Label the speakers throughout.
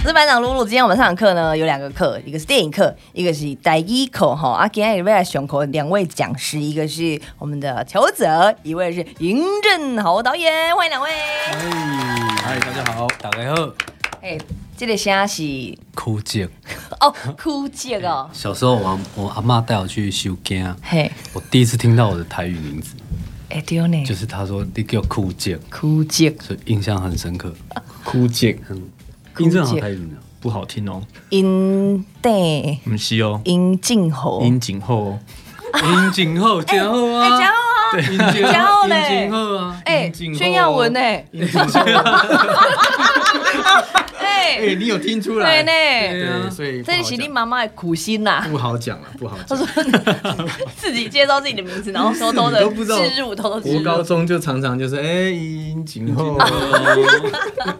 Speaker 1: 我是班长露露，今天我们上的课呢有两个课，一个是电影课，一个是带一口哈。啊，今天也来上口两位讲师，一个是我们的邱泽，一位是尹正豪导演，欢迎两位。
Speaker 2: 嗨，大家好，哎大家好。
Speaker 1: 哎、这个声是
Speaker 2: 哭镜。
Speaker 1: 哦，哭这个哦，
Speaker 2: 小时候我我阿妈带我去修镜啊，
Speaker 1: 嘿，
Speaker 2: 我第一次听到我的台语名字，
Speaker 3: 嗯
Speaker 1: 哎对呢，
Speaker 2: 就是她说你给我哭镜，
Speaker 1: 哭这个
Speaker 2: 所以印象很深刻。
Speaker 3: 枯竭，
Speaker 2: 嗯，
Speaker 1: 哭
Speaker 2: 印象好
Speaker 1: 镜
Speaker 2: 台语名啊，
Speaker 3: 不好听哦，
Speaker 1: 因对
Speaker 3: 不是哦，
Speaker 1: 因镜喉，
Speaker 3: 阴颈后哦，
Speaker 2: 樱井后，前后
Speaker 1: 哎
Speaker 2: 啊，
Speaker 1: 讲好啊，
Speaker 2: 对，樱井
Speaker 1: 骄傲
Speaker 2: 后，
Speaker 1: 嘞
Speaker 2: 樱井后啊，
Speaker 1: 哎
Speaker 3: 阴茎后哦
Speaker 1: 炫耀文呢，
Speaker 3: 阴颈后，
Speaker 1: 哎
Speaker 3: 哎，你有听出
Speaker 1: 对
Speaker 3: 来？
Speaker 1: 呢，
Speaker 2: 对啊
Speaker 3: 对，所以不好
Speaker 1: 这
Speaker 3: 讲嗯
Speaker 1: 是你妈妈的苦心呐、
Speaker 3: 不好讲了，不好
Speaker 1: 他说
Speaker 3: 讲。
Speaker 1: 自己介绍自己的名字，然后偷偷的
Speaker 3: 你都不知道
Speaker 1: 置入，偷偷置
Speaker 3: 国高
Speaker 1: 入，
Speaker 3: 中就常常就是哎，阴颈后，
Speaker 2: 哦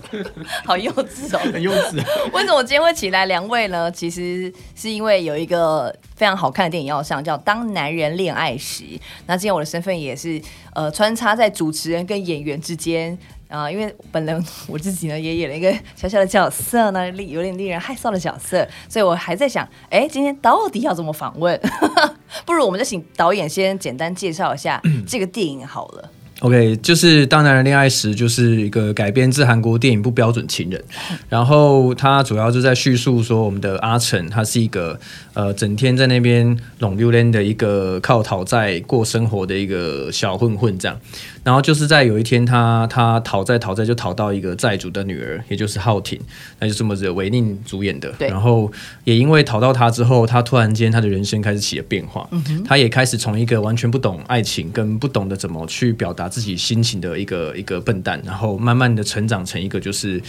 Speaker 1: 好幼稚
Speaker 3: 很
Speaker 1: 哦。
Speaker 3: 幼稚。
Speaker 1: 为什么今天会请来两位呢？其实是因为有一个非常好看的电影要上，叫《当男人恋爱时》。那今天我的身份也是呃穿插在主持人跟演员之间。啊、因为本人我自己呢也演了一个小小的角色呢，令有点令人害臊的角色，所以我还在想，哎，今天到底要怎么访问？ 不如我们就请导演先简单介绍一下这个电影好了。
Speaker 3: OK，就是《当男人恋爱时》就是一个改编自韩国电影《不标准情人》，然后它主要就在叙述说我们的阿成，他是一个呃整天在那边拢溜连的一个靠讨债过生活的一个小混混这样，然后就是在有一天他他讨债讨债就讨到一个债主的女儿，也就是浩廷，那就这么惹维宁主演的，
Speaker 1: 对
Speaker 3: 然后也因为讨到他之后，他突然间他的人生开始起了变化，他也开始从一个完全不懂爱情跟不懂得怎么去表达自己心情的一个一个笨蛋，然后慢慢的成长成一个就是，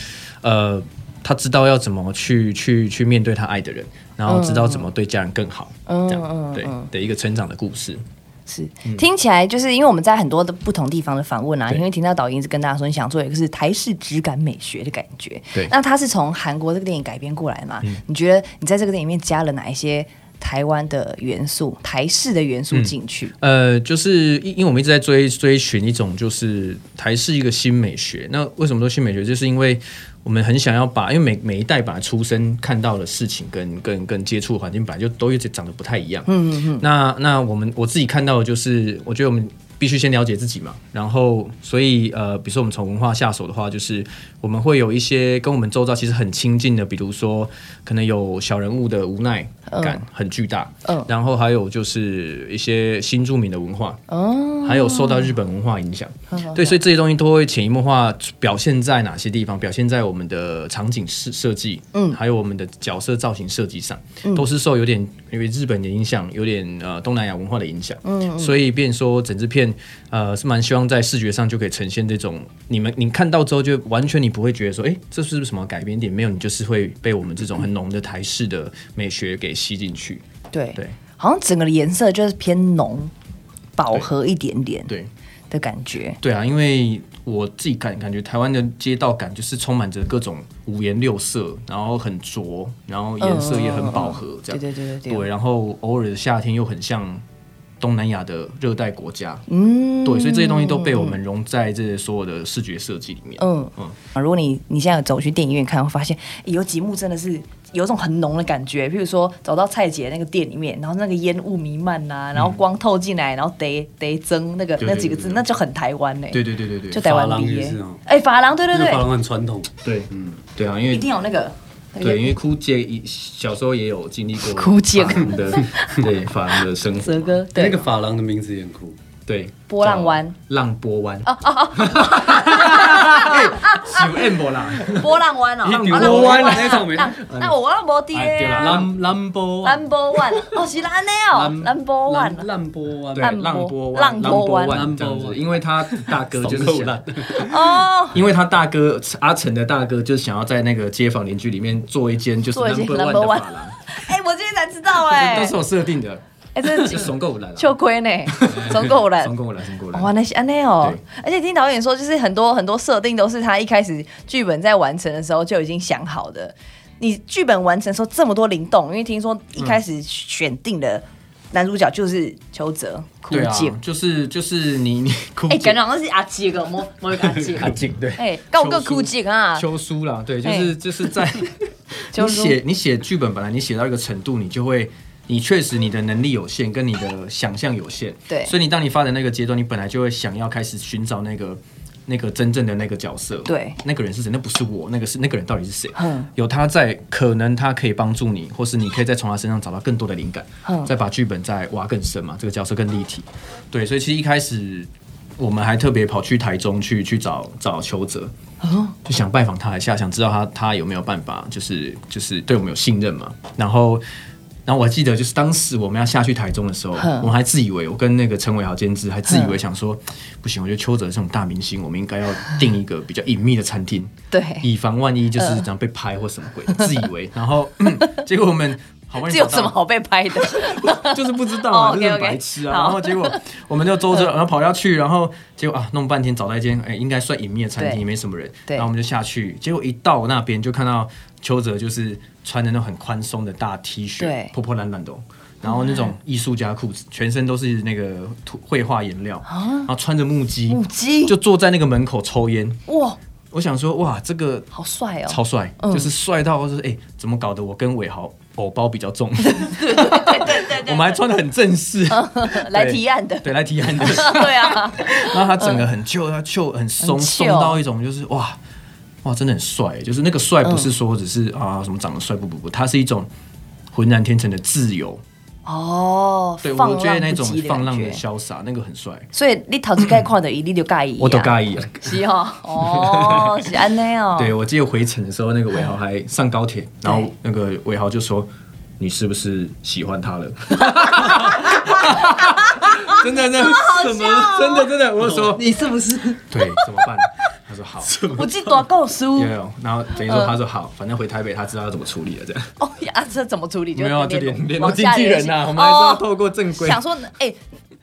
Speaker 3: 呃，他知道要怎么去去去面对他爱的人，然后知道怎么对家人更好，这样对的一个成长的故事。
Speaker 1: 是，听起来就是因为我们在很多的不同地方的访问啊，
Speaker 3: 嗯对
Speaker 1: 因为听到导演是跟大家说，你想做一个是台式质感美学的感觉。
Speaker 3: 对嗯
Speaker 1: 那它是从韩国这个电影改编过来嘛？你觉得你在这个电影里面加了哪一些台湾的元素、台式的元素进去？
Speaker 3: 呃，就是因因为我们一直在追追寻一种就是台式一个新美学。那为什么说新美学？就是因为我们很想要把，因为每每一代把出生看到的事情跟跟跟接触的环境本来就都一直长得不太一样。嗯嗯嗯。那那我们我自己看到的就是，我觉得我们。必须先了解自己嘛，然后所以呃，比如说我们从文化下手的话，就是我们会有一些跟我们周遭其实很亲近的，比如说可能有小人物的无奈感很巨大，
Speaker 1: 嗯
Speaker 3: 然后还有就是一些新著名的文化，
Speaker 1: 哦，
Speaker 3: 还有受到日本文化影响，
Speaker 1: 好
Speaker 3: 对，所以这些东西都会潜移默化表现在哪些地方？表现在我们的场景设设计，嗯，还有我们的角色造型设计上，都是受有点因为日本的影响，有点呃东南亚文化的影响，嗯所以变说整支片呃是蛮希望在视觉上就可以呈现这种你们你看到之后就完全你不会觉得说，哎、这是不是什么改编点？没有，你就是会被我们这种很浓的台式的美学给吸进去，
Speaker 1: 对
Speaker 3: 对
Speaker 1: 好像整个的颜色就是偏浓、饱和一点点
Speaker 3: 对。
Speaker 1: 的感觉。
Speaker 3: 对啊，因为我自己感感觉台湾的街道感就是充满着各种五颜六色，然后很浊，然后颜色也很饱和，这
Speaker 1: 嗯
Speaker 3: 样、
Speaker 1: 对对对对对
Speaker 3: 然后偶尔的夏天又很像东南亚的热带国家，
Speaker 1: 嗯，
Speaker 3: 对，所以这些东西都被我们融在这所有的视觉设计里面。
Speaker 1: 嗯
Speaker 3: 嗯
Speaker 1: 如果你你现在有走去电影院看，会发现诶有几幕真的是有一种很浓的感觉，譬如说走到蔡姐那个店里面，然后那个烟雾弥漫呐、然后光透进来，然后得得蒸那个
Speaker 2: 对
Speaker 1: 那几个
Speaker 2: 对
Speaker 1: 字，
Speaker 2: 对
Speaker 1: 那就很台湾呢、欸
Speaker 3: 对对对对对，
Speaker 1: 就台湾鼻
Speaker 2: 发
Speaker 1: 耶
Speaker 2: 廊也是哦。
Speaker 1: 哎、法郎，对 对
Speaker 2: 那个发
Speaker 1: 对，
Speaker 2: 廊很传统，
Speaker 3: 对，嗯，对啊，因为
Speaker 1: 一定有那个。那个
Speaker 3: 对，因为枯竭一小时候也有经历过
Speaker 1: 枯竭
Speaker 3: 法郎的对法郎的生活
Speaker 1: 泽
Speaker 3: 嘛，
Speaker 1: 哥，
Speaker 2: 那
Speaker 1: 对
Speaker 2: 个，发廊的名字也很酷，
Speaker 3: 对
Speaker 1: 波浪湾，
Speaker 3: 叫浪波湾哦哦哦，小 M 啦。
Speaker 1: 波浪湾哦，
Speaker 2: 一定
Speaker 1: 啊
Speaker 2: 波湾啊那
Speaker 1: 浪
Speaker 2: 种没
Speaker 1: 浪，那我忘了没
Speaker 3: 哎对
Speaker 1: 跌
Speaker 3: 啦，
Speaker 1: 啊，
Speaker 3: 兰兰波湾，
Speaker 1: 兰波湾，哦是兰的哦，兰波湾
Speaker 2: 浪，浪波啊湾，
Speaker 3: 对，
Speaker 1: 浪
Speaker 3: 浪
Speaker 1: 波
Speaker 3: 波
Speaker 1: 浪
Speaker 3: 湾，
Speaker 1: 波湾
Speaker 3: 浪这样
Speaker 2: 浪波
Speaker 3: 子，
Speaker 2: 湾
Speaker 3: 因为他大哥就是
Speaker 2: 怂透
Speaker 3: 想
Speaker 2: 烂，
Speaker 1: 哦，
Speaker 3: 因为他大哥阿成的大哥就是想要在那个街坊邻居里面做一间就是
Speaker 1: 做一间
Speaker 3: number one
Speaker 1: number
Speaker 3: 的
Speaker 1: one
Speaker 3: 发廊，
Speaker 1: 哎，我今天才知道
Speaker 3: 这
Speaker 1: 哎
Speaker 3: 都是，我设定的。
Speaker 1: 哎，这
Speaker 3: 就怂够懒了，
Speaker 1: 就亏呢，总够 了
Speaker 3: 怂。够懒，怂够
Speaker 1: 哇，
Speaker 3: 懒。
Speaker 1: 那是安内哦！而且听导演说，就是很多很多设定都是他一开始剧本在完成的时候就已经想好的。你剧本完成的时候这么多灵动，因为听说一开始选定的男主角就是邱泽枯
Speaker 3: 对啊
Speaker 1: 井，，
Speaker 3: 就是就是你你哭
Speaker 1: 哎、
Speaker 3: 泣
Speaker 1: 感觉好像是阿杰个摸摸一个阿 杰，
Speaker 3: 安静对。
Speaker 1: 哎、告个枯井啊，
Speaker 3: 秋书啦，对，就是就 是在
Speaker 1: 秋
Speaker 3: 你
Speaker 1: 书
Speaker 3: 写你写剧本，本来你写到一个程度，你就会，你确实你的能力有限，跟你的想象有限，
Speaker 1: 对
Speaker 3: 所以你当你发展那个阶段，你本来就会想要开始寻找那个那个真正的那个角色，
Speaker 1: 对
Speaker 3: 那个人是谁？那不是我，那个是那个人到底是谁
Speaker 1: 嗯？
Speaker 3: 有他在，可能他可以帮助你，或是你可以再从他身上找到更多的灵感
Speaker 1: 嗯，
Speaker 3: 再把剧本再挖更深嘛，这个角色更立体，对，所以其实一开始。我们还特别跑去台中去去找找邱泽，就想拜访他一下，想知道他他有没有办法，就是就是对我们有信任嘛。然后，然后我还记得，就是当时我们要下去台中的时候，
Speaker 1: 哼
Speaker 3: 我们还自以为我跟那个陈伟豪监制还自以为
Speaker 1: 哼
Speaker 3: 想说，不行，我觉得邱泽这种大明星，我们应该要定一个比较隐秘的餐厅，
Speaker 1: 对，嗯
Speaker 3: 以防万一就是这样被拍或什么鬼，自以为。然后、 嗯结果我们好 不容 易
Speaker 1: 这有
Speaker 3: 找到
Speaker 1: 什么好被拍的？
Speaker 3: 就是不知道啊，
Speaker 1: 哦
Speaker 3: 就是很
Speaker 1: OK，OK，
Speaker 3: 白痴啊。
Speaker 1: 好
Speaker 3: 然后 结果我们就周周，然后跑下去，然后结果啊，弄半天找到一间哎，应该算隐秘的餐厅，
Speaker 1: 对
Speaker 3: 也没什么人。
Speaker 1: 对
Speaker 3: 然后我们就下去，结果一到那边就看到邱泽就是穿着那种很宽松的大 T
Speaker 1: 对嗯
Speaker 3: 恤，破破烂烂的、哦。然后那种艺术家裤子，全身都是那个涂绘画颜料，
Speaker 1: 啊
Speaker 3: 然后穿着木屐，
Speaker 1: 母鸡
Speaker 3: 就坐在那个门口抽烟。
Speaker 1: 哇，
Speaker 3: 我想说，哇，这个
Speaker 1: 好帅哦！
Speaker 3: 超帅，
Speaker 1: 嗯
Speaker 3: 就是帅到就是哎、怎么搞得我跟伟豪偶包比较 重，
Speaker 1: 对对对
Speaker 3: 我们还穿的很正 式，
Speaker 1: 对，来提案的，
Speaker 3: 对，来提案 的。
Speaker 1: 对啊，
Speaker 3: 然后他整个很旧，他旧很松，
Speaker 1: 很 chill
Speaker 3: 松到一种就是哇哇，真的很帅。就是那个帅
Speaker 1: 嗯
Speaker 3: 不是说只是、啊什么长得帅不不不，他是一种浑然天成的自由。
Speaker 1: 哦，
Speaker 3: 对，
Speaker 1: 放
Speaker 3: 我
Speaker 1: 浪
Speaker 3: 觉得那
Speaker 1: 不
Speaker 3: 种
Speaker 1: 羁的
Speaker 3: 放
Speaker 1: 感
Speaker 3: 浪的
Speaker 1: 觉。
Speaker 3: 潇洒，那个很帅。
Speaker 1: 所以你头一概看的伊，你就介意啊，
Speaker 3: 我都介意啊！
Speaker 1: 是 哦，哦，是安内哦，
Speaker 3: 对，我记得回程的时候，那个伟豪还上 高铁，然后
Speaker 1: 对
Speaker 3: 那个伟豪就说：“你是不是喜欢他 了？” 真的，真的，什么？真的，真的，我 就说
Speaker 4: 你是不是？
Speaker 3: 对，怎么办？他说好，
Speaker 1: 我记大告书
Speaker 3: 有有，然后等于说他说好，反正回台北他知道要怎么处理了，这样
Speaker 1: 哦呀，这怎么处理？就
Speaker 3: 没有啊
Speaker 1: 是
Speaker 3: 就
Speaker 1: 联
Speaker 3: 联联络
Speaker 1: 往
Speaker 3: 经
Speaker 1: 下
Speaker 3: 纪人
Speaker 1: 系
Speaker 3: 呐，我们还是要
Speaker 1: 哦
Speaker 3: 透过正规，
Speaker 1: 想说，哎，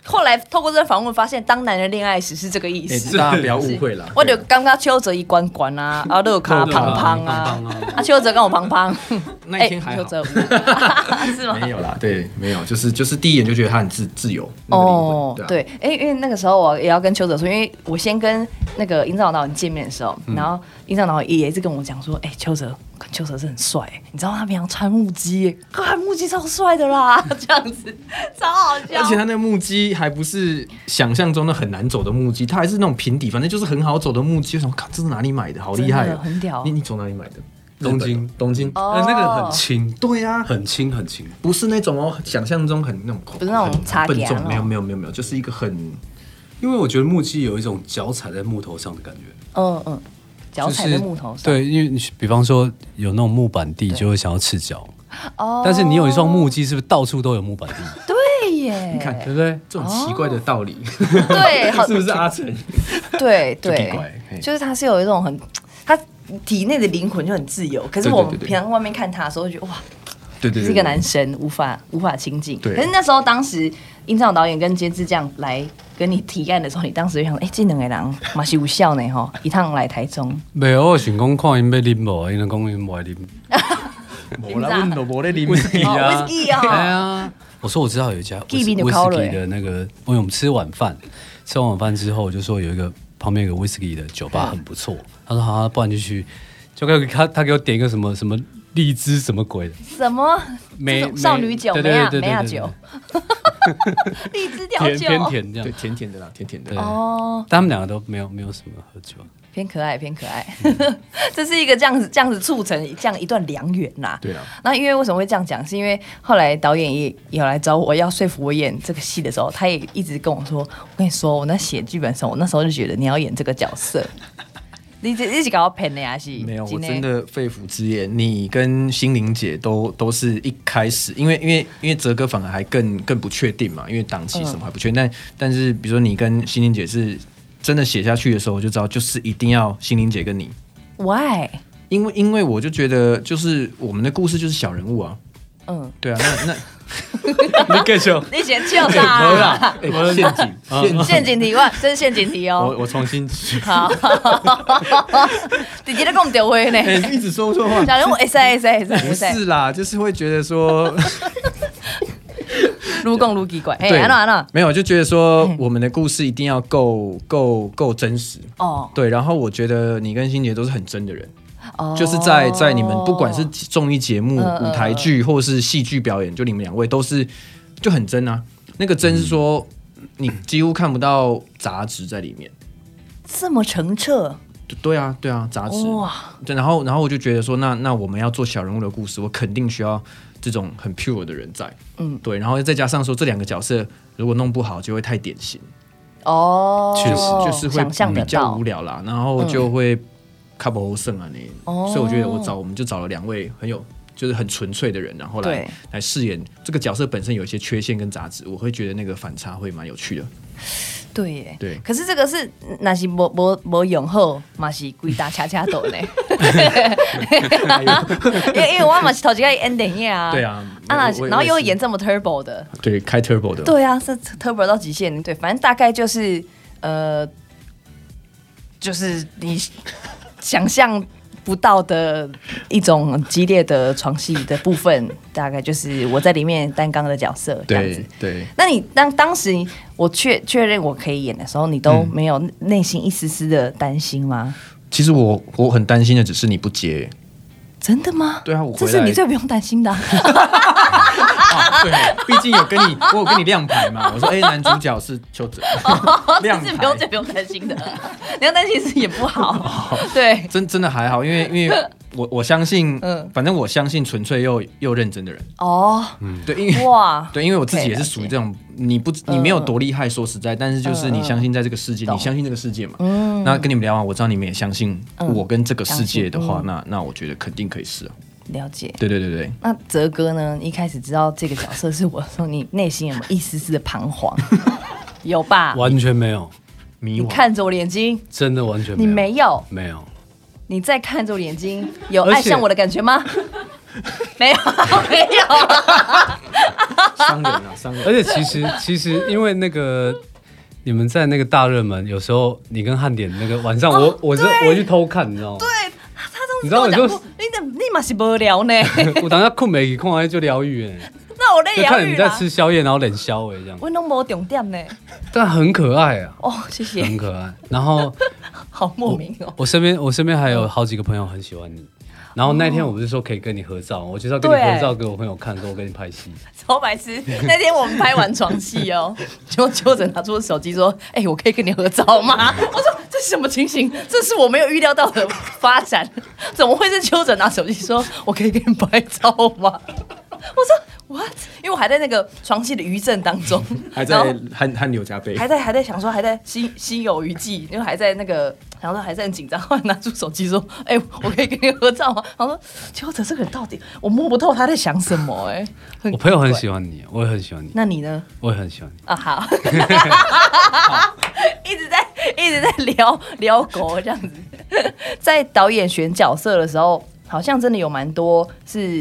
Speaker 1: 后来透过这个访问发现，当男人恋爱时是这个意
Speaker 3: 哎
Speaker 1: 思。
Speaker 3: 大家不要误会啦。
Speaker 1: 我就
Speaker 3: 对
Speaker 1: 刚刚邱泽一关关啊，啊，乐卡
Speaker 2: 对
Speaker 1: 胖
Speaker 2: 啊
Speaker 1: 胖
Speaker 2: 胖
Speaker 1: 啊
Speaker 2: 胖啊，
Speaker 1: 啊，邱泽跟我胖胖，
Speaker 3: 那一天还
Speaker 1: 哎邱
Speaker 3: 好，
Speaker 1: 泽 是吗？
Speaker 3: 没有啦，对，没有，就是就是第一眼就觉得他很自自由那个灵魂
Speaker 1: 哦，
Speaker 3: 啊
Speaker 1: 对，哎、因为那个时候我也要跟邱泽说，因为我先跟那个营长导演见面的时候，
Speaker 3: 嗯
Speaker 1: 然后营长导演也一直跟我讲说，哎、邱泽，邱泽是很帅欸，你知道他平常穿木屐耶，看木屐超帅的啦， 这样子超好笑
Speaker 3: 而。且他那个木屐还不是想象中的很难走的木屐，他还是那种平底，反正就是很好走的木屐。我想，靠，这是哪里买的？好厉害
Speaker 1: 真
Speaker 3: 哦
Speaker 1: 的， 很屌
Speaker 3: 你你从哪里买的？
Speaker 2: 东
Speaker 3: 日本
Speaker 2: 京
Speaker 3: 的，东京。
Speaker 1: 哦
Speaker 2: 呃，那个很轻，啊
Speaker 3: 对啊呀、
Speaker 2: 很轻很轻，
Speaker 3: 不是那种哦，想象中很那种，不
Speaker 1: 是那种擦
Speaker 3: 笨
Speaker 1: 点
Speaker 3: 重
Speaker 1: 啊，
Speaker 3: 没有没有没有没有，就是一个很
Speaker 2: 因为我觉得木屐有一种脚踩在木头上的感觉。
Speaker 1: 嗯嗯，脚踩在木头上，
Speaker 2: 对，因为你比方说有那种木板地，就会想要赤脚。
Speaker 1: 哦，
Speaker 2: 但是你有一双木屐，是不是到处都有木板地？
Speaker 1: 对 耶，你
Speaker 3: 看
Speaker 2: 对不对？
Speaker 3: 这种奇怪的道理，
Speaker 1: 哦对，好
Speaker 3: 是不是阿成？
Speaker 1: 对
Speaker 3: 地
Speaker 1: 对
Speaker 3: 拐嘿，
Speaker 1: 就是他是有一种很，他体内的灵魂就很自由。可是
Speaker 3: 对对
Speaker 1: 我们
Speaker 3: 对对
Speaker 1: 平常外面看他的时候，就觉得哇，
Speaker 3: 对对对，
Speaker 1: 是一个男神，无法无法亲近。
Speaker 3: 对
Speaker 1: 可是那时候当时英藏导演跟监制这样来跟你提案的时候，你当时就想说，哎、这两个人马是无效呢吼，一趟来台中，
Speaker 2: 没有，我想讲看因要啉无，因讲因无爱啉。
Speaker 3: 我啦，问都无咧理你
Speaker 1: 哦
Speaker 3: 啊，
Speaker 1: ，whisky
Speaker 2: 哎
Speaker 1: 哦，
Speaker 2: 呀，我说我知道有一家
Speaker 1: 记
Speaker 2: 威士
Speaker 1: 名就
Speaker 2: 威士
Speaker 1: 高了
Speaker 2: 忌
Speaker 1: 欸
Speaker 2: 的那个，因为我们吃晚饭，吃完晚饭之后我就说有一个旁边有个威士忌的酒
Speaker 1: 嗯
Speaker 2: 吧很不错，他说好、啊，不然就去，就给我他他给我点一个什么什么荔枝什么鬼的，
Speaker 1: 什么
Speaker 2: 美
Speaker 1: 这种少女酒、
Speaker 2: 美
Speaker 1: 梅亚
Speaker 2: 对对对对
Speaker 1: 梅亚
Speaker 2: 对对
Speaker 1: 啊酒、 荔枝调
Speaker 2: 甜
Speaker 1: 酒，
Speaker 2: 偏甜这样
Speaker 3: 对，，甜甜的啦，甜甜
Speaker 2: 对
Speaker 3: 的。
Speaker 1: 哦，
Speaker 2: 但他们两个都没有没有什么喝酒，
Speaker 1: 偏可爱，偏可爱， 这是一个这样子这样子促成这样一段良缘啦。
Speaker 3: 对啊。
Speaker 1: 那因为为什么会这样讲，是因为后来导演也有来找我要说服我演这个戏的时候，他也一直跟我说：“我跟你说，我那写剧本的时候，我那时候就觉得你要演这个角色，你这你是搞我骗的呀？是
Speaker 3: 没有，我
Speaker 1: 真的
Speaker 3: 真的肺腑之言，你跟心灵姐都都是一开始，因为因为因为哲哥反而还更更不确定嘛，因为档期什么还不确定。但但是比如说你跟心灵姐是真的写下去的时候，我就知道就是一定要心灵姐跟你，
Speaker 1: why？
Speaker 3: 因为因为我就觉得就是我们的故事就是小人物啊，
Speaker 1: 嗯，
Speaker 3: 对啊，那那
Speaker 5: 你更秀，
Speaker 1: 你写
Speaker 3: 哎
Speaker 1: 跳
Speaker 5: 没有
Speaker 1: 啦，
Speaker 5: 啦，我陷阱，陷阱。
Speaker 1: 嗯陷阱题哇，这是陷阱题
Speaker 5: 我
Speaker 1: 哦。
Speaker 5: 我重新，
Speaker 1: 好， 弟弟都跟我们丢灰呢。
Speaker 3: 哎、一直说错话，
Speaker 1: 小人物，哎塞哎塞哎塞
Speaker 3: 不
Speaker 1: 哎塞，
Speaker 3: 是啦，就是会觉得说，
Speaker 1: 撸共撸奇怪， 哎，
Speaker 5: 对
Speaker 1: 安娜安娜，
Speaker 3: 没有，就觉得说我们的故事一定要够够够真实。
Speaker 1: 哦
Speaker 3: 对，然后我觉得你跟欣姐都是很真的人，
Speaker 1: 哦，
Speaker 3: 就是在在你们不管是综艺节目、
Speaker 1: 嗯嗯
Speaker 3: 舞台剧或是戏剧表演，就你们两位都是就很真啊。那个真是说
Speaker 1: 嗯
Speaker 3: 你几乎看不到杂质在里面。
Speaker 1: 这么澄澈，
Speaker 3: 对对啊，对啊，杂质。
Speaker 1: 哇，
Speaker 3: 对，然后然后我就觉得说，那那我们要做小人物的故事，我肯定需要这种很 pure 的人在，
Speaker 1: 嗯，
Speaker 3: 对，然后再加上说这两个角色如果弄不好，就会太典型，
Speaker 1: 哦，
Speaker 2: 确实
Speaker 3: 就是会
Speaker 1: 想象得
Speaker 3: 比较
Speaker 1: 到嗯
Speaker 3: 无，聊啦，然后就会卡不胜啊你，
Speaker 1: 哦
Speaker 3: 所以我觉得我找我们就找了两位很有。就是很纯粹的人，然后来
Speaker 1: 对
Speaker 3: 来饰演这个角色本身有一些缺陷跟杂质，我会觉得那个反差会蛮有趣的。
Speaker 1: 对耶，
Speaker 3: 对
Speaker 1: 可是这个是那是没没没用后，嘛是鬼打恰恰斗 呢。 因为因为我嘛是头几个演电影啊，
Speaker 3: 对啊，
Speaker 1: 啊，
Speaker 3: 我我
Speaker 1: 然后又
Speaker 3: 我也是
Speaker 1: 演这么 turbo 的，
Speaker 3: 对开 turbo 的，
Speaker 1: 对啊，是 turbo 到极限，对，反正大概就是呃，就是你想象不到的一种激烈的床戏的部分，大概就是我在里面担纲的角色这样子
Speaker 3: 对。对，
Speaker 1: 那你当当时我确确认我可以演的时候，你都
Speaker 3: 嗯
Speaker 1: 没有内心一丝丝的担心吗？
Speaker 3: 其实我我很担心的只是你不接，
Speaker 1: 真的吗？
Speaker 3: 对啊我回
Speaker 1: 这
Speaker 3: 来
Speaker 1: 是你最不用担心的啊、
Speaker 3: 啊，对，毕竟有跟你，我有跟你亮牌嘛。我说，哎、男主角是邱泽，
Speaker 1: 哦
Speaker 3: 亮
Speaker 1: 这是不用最
Speaker 3: 牌，
Speaker 1: 不用担心的。啊 你要担心是也不 好，对，
Speaker 3: 真真的还好，因为因为我我相信，
Speaker 1: 嗯
Speaker 3: 反正我相信纯粹又又认真的人，
Speaker 1: 哦，
Speaker 3: 对，因 为。
Speaker 1: 哇，
Speaker 3: 对，因为我自己也
Speaker 1: 可以
Speaker 3: 是
Speaker 1: 了解嗯
Speaker 3: 属于这种，你不你没有多厉害，说实在，但是就是你相信在这个世界，你相信这个世界嘛。
Speaker 1: 嗯
Speaker 3: 那跟你们聊完，我知道你们也相信我跟这个世界的
Speaker 1: 嗯
Speaker 3: 话，那那我觉得肯定可以试啊。
Speaker 1: 了解。
Speaker 3: 对对对对，
Speaker 1: 那泽哥呢？一开始知道这个角色是我的时候，你内心有没有一丝丝的彷 徨？有吧？
Speaker 2: 完全没有，
Speaker 3: 迷
Speaker 1: 你
Speaker 3: 惘。
Speaker 1: 看着我的眼睛，
Speaker 2: 真的完全
Speaker 1: 你
Speaker 2: 没有，
Speaker 1: 没有，
Speaker 2: 没有，
Speaker 1: 你再看着我的眼睛，有
Speaker 2: 而且
Speaker 1: 爱上我的感觉 吗？没有，没有。
Speaker 3: 商人啊，商人，
Speaker 2: 而且其 实其实因为那个你们在那个大热门，有时候你跟汉典那个晚上
Speaker 1: 哦
Speaker 2: 我，我是我去偷看，你知道吗？
Speaker 1: 对，他上次
Speaker 2: 你知
Speaker 1: 跟
Speaker 2: 道
Speaker 1: 我讲
Speaker 2: 我就
Speaker 1: 过，你怎么立马是无聊 呢？
Speaker 2: 我当下困没起，看完就疗愈哎，
Speaker 1: 那我累
Speaker 2: 就
Speaker 1: 疗
Speaker 2: 看你
Speaker 1: 愈
Speaker 2: 在
Speaker 1: 啦。
Speaker 2: 吃宵夜，然后冷消哎这样，
Speaker 1: 我弄没重点呢。
Speaker 2: 但很可爱 啊，
Speaker 1: 哦，谢谢
Speaker 3: 嗯
Speaker 2: 很，可爱。然后
Speaker 1: 好莫名哦。
Speaker 2: 我身边我身边还
Speaker 1: 嗯
Speaker 2: 有好几个朋友很喜欢你。然后那天我不是说可以跟你合照，我就是要跟你
Speaker 1: 哦对
Speaker 2: 合照给我朋友看，说我跟你拍戏。
Speaker 1: 超白痴！那天我们拍完床戏哦， 就邱泽拿出手机说：“哎、我可以跟你合照吗？”我说：“这是什么情形？这是我没有预料到的发展，怎么会是邱泽拿手机说我可以跟你拍照吗？”我说：“What？” 因为我还在那个床戏的余震当中，
Speaker 3: 还
Speaker 1: 然后
Speaker 3: 在汗汗流浃背，
Speaker 1: 还在还在想说还在心心有余悸，因为还在那个想说还在很紧张，后来拿出手机说：“哎、我可以跟你合照吗？”然后说：“邱泽这个人到底我摸不透他在想什么、哎，很
Speaker 2: 我朋友很
Speaker 1: 怪
Speaker 2: 喜欢你，我也很喜欢你，
Speaker 1: 那你呢？
Speaker 2: 我也很喜欢你。
Speaker 1: 啊，好， 一直在一直在聊聊狗这样子。 在导演选角色的时候，好像真的有蛮多是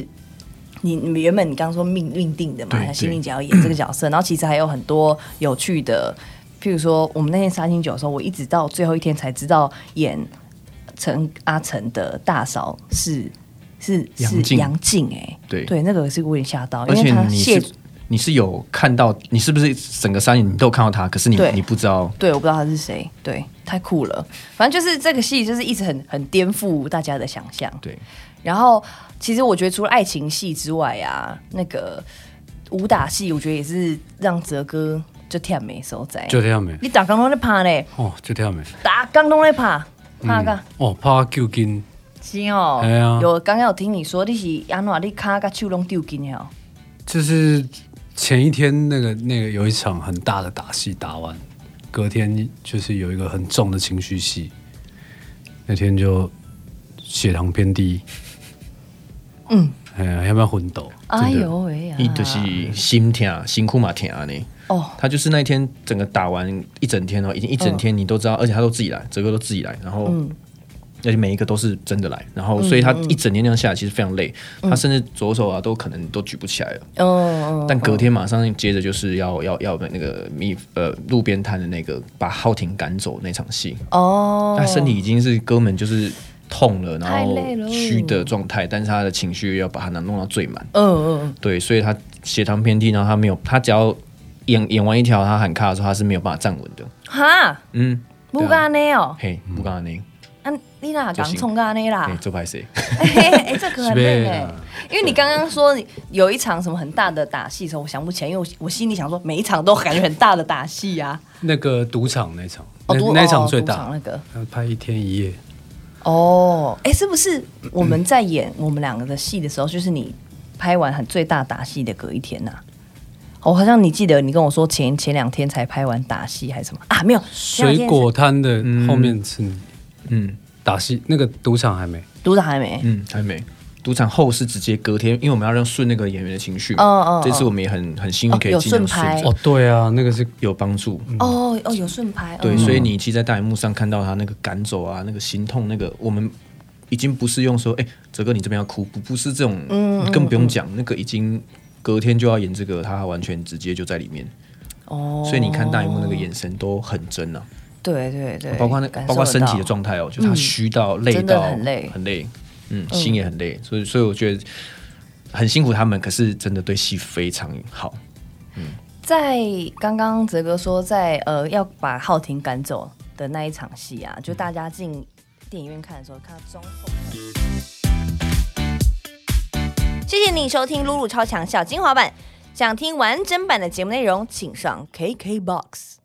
Speaker 1: 你你们原本你刚刚说命运定的嘛，
Speaker 3: 对
Speaker 1: 像新命姐要演这个角色，然后其实还有很多有趣的，譬如说我们那天杀青酒的时候，我一直到最后一天才知道演陈阿成的大嫂是。是
Speaker 3: 杨
Speaker 1: 是
Speaker 3: 静
Speaker 1: 杨静哎、
Speaker 3: 对
Speaker 1: 对，那个是我有点吓到，因
Speaker 3: 而
Speaker 1: 为
Speaker 3: 且
Speaker 1: 他
Speaker 3: 你
Speaker 1: 谢
Speaker 3: 是你是有看到，你是不是整个三眼你都有看到他？可是你
Speaker 1: 对
Speaker 3: 你不知道，
Speaker 1: 对，我不知道他是谁，对，太酷了。反正就是这个戏，就是一直很很颠覆大家的想象。
Speaker 3: 对，
Speaker 1: 然后，其实我觉得除了爱情戏之外啊，那个武打戏，我觉得也是让泽哥就跳没所在。
Speaker 2: 就这样没
Speaker 1: 你打刚都在怕嘞，
Speaker 2: 哦，就这样没
Speaker 1: 打刚都在怕，怕个、
Speaker 2: 哦，怕救筋。
Speaker 3: 嗯
Speaker 1: 是哦。
Speaker 2: 哎呀
Speaker 1: 有刚刚有听你说你是安怎你卡甲手拢丢哦筋了，
Speaker 2: 就是前一天那个那个有一场很大的打戏打完，隔天就是有一个很重的情绪戏，那天就血糖偏低。
Speaker 1: 嗯，
Speaker 2: 哎呀，要不要昏斗？
Speaker 1: 哎呦喂呀、
Speaker 3: 你就是心疼，辛苦嘛疼啊你。
Speaker 1: 哦，
Speaker 3: 他就是那一天
Speaker 1: 嗯
Speaker 3: 整个打完一整天哦，已经一整天你都知道，而且他都自己来，哲哥都自己来，然后而且每一个都是真的来，然后所以他一整年那样下来其实非常累，
Speaker 1: 嗯
Speaker 3: 他甚至左手啊都可能都举不起来了。
Speaker 1: 哦，
Speaker 3: 但隔天马上接着就是要要要那个蜜呃路边摊的那个把浩廷赶走那场戏，
Speaker 1: 哦，
Speaker 3: 他身体已经是哥们就是痛了，然
Speaker 1: 太
Speaker 3: 后
Speaker 1: 累了
Speaker 3: 虚的状态，但是他的情绪要把它弄到最满，
Speaker 1: 嗯，嗯嗯，
Speaker 3: 对，所以他血糖偏低，然后他没有，他只要演演完一条他喊卡的时候，他是没有办法站稳的，
Speaker 1: 哈，
Speaker 3: 嗯，
Speaker 1: 不干呢哦，
Speaker 3: 嘿，不刚刚那，
Speaker 1: 啊，你哪
Speaker 3: 就
Speaker 1: 刚
Speaker 3: 行
Speaker 1: 冲干呢啦
Speaker 3: 哎，？做拍谁？
Speaker 1: 哎、嘿嘿这可很累
Speaker 2: 是
Speaker 1: 哎
Speaker 2: 呗，
Speaker 1: 因为你刚刚说你有一场什么很大的打戏的时候，我想不起来，因为我我心里想说每一场都感觉很大的打戏啊。
Speaker 2: 那个赌场那场，
Speaker 1: 哦，赌
Speaker 2: 那那
Speaker 1: 哦
Speaker 2: 场最
Speaker 1: 赌场
Speaker 2: 大
Speaker 1: 那，个
Speaker 3: 嗯
Speaker 2: 他拍一天一夜，
Speaker 1: 哦，哎、是不是我们在演我们两个的戏的时候，就是你拍完很最大打戏的隔一天呐、我、好像你记得你跟我说前前两天才拍完打戏还是什么啊？没有，前两
Speaker 2: 水
Speaker 1: 天
Speaker 2: 果摊的后面是你
Speaker 3: 嗯
Speaker 2: 打戏，那个赌场还没。
Speaker 1: 是赌场还没，
Speaker 3: 嗯，还没。赌场后是直接隔天，因为我们要让顺那个演员的情绪嘛。
Speaker 1: 哦哦哦
Speaker 3: 这次我们也很很幸运
Speaker 1: 哦
Speaker 3: 可以
Speaker 1: 有
Speaker 3: 尽量
Speaker 1: 顺拍
Speaker 3: 顺着，
Speaker 2: 哦，对啊，那个是
Speaker 3: 有帮助。
Speaker 1: 哦哦，有顺拍，
Speaker 3: 对，
Speaker 1: 嗯
Speaker 3: 所以你其实，在大荧幕上看到他那个赶走啊，那个心痛，那个我们已经不是用说，哎、哲哥你这边要哭，不不是这种，
Speaker 1: 嗯
Speaker 3: 更不用讲，那个已经隔天就要演这个，他完全直接就在里面，
Speaker 1: 哦，
Speaker 3: 所以你看大荧幕那个眼神都很真啊，
Speaker 1: 对对对，
Speaker 3: 包括那
Speaker 1: 感受
Speaker 3: 包括身体
Speaker 1: 得
Speaker 3: 的
Speaker 1: 到嗯
Speaker 3: 状态哦，就是他虚到、累
Speaker 1: 真的
Speaker 3: 到
Speaker 1: 很累
Speaker 3: 很累，嗯，心也很累，所以所以我觉得很辛苦他们，可是真的对戏非常好，
Speaker 1: 在刚刚泽哥说在呃要把浩廷赶走的那一场戏啊，就大家进电影院看的时候，看到中后。谢谢你收听《露露超强小精华版》，想听完整版的节目内容，请上 KKBOX。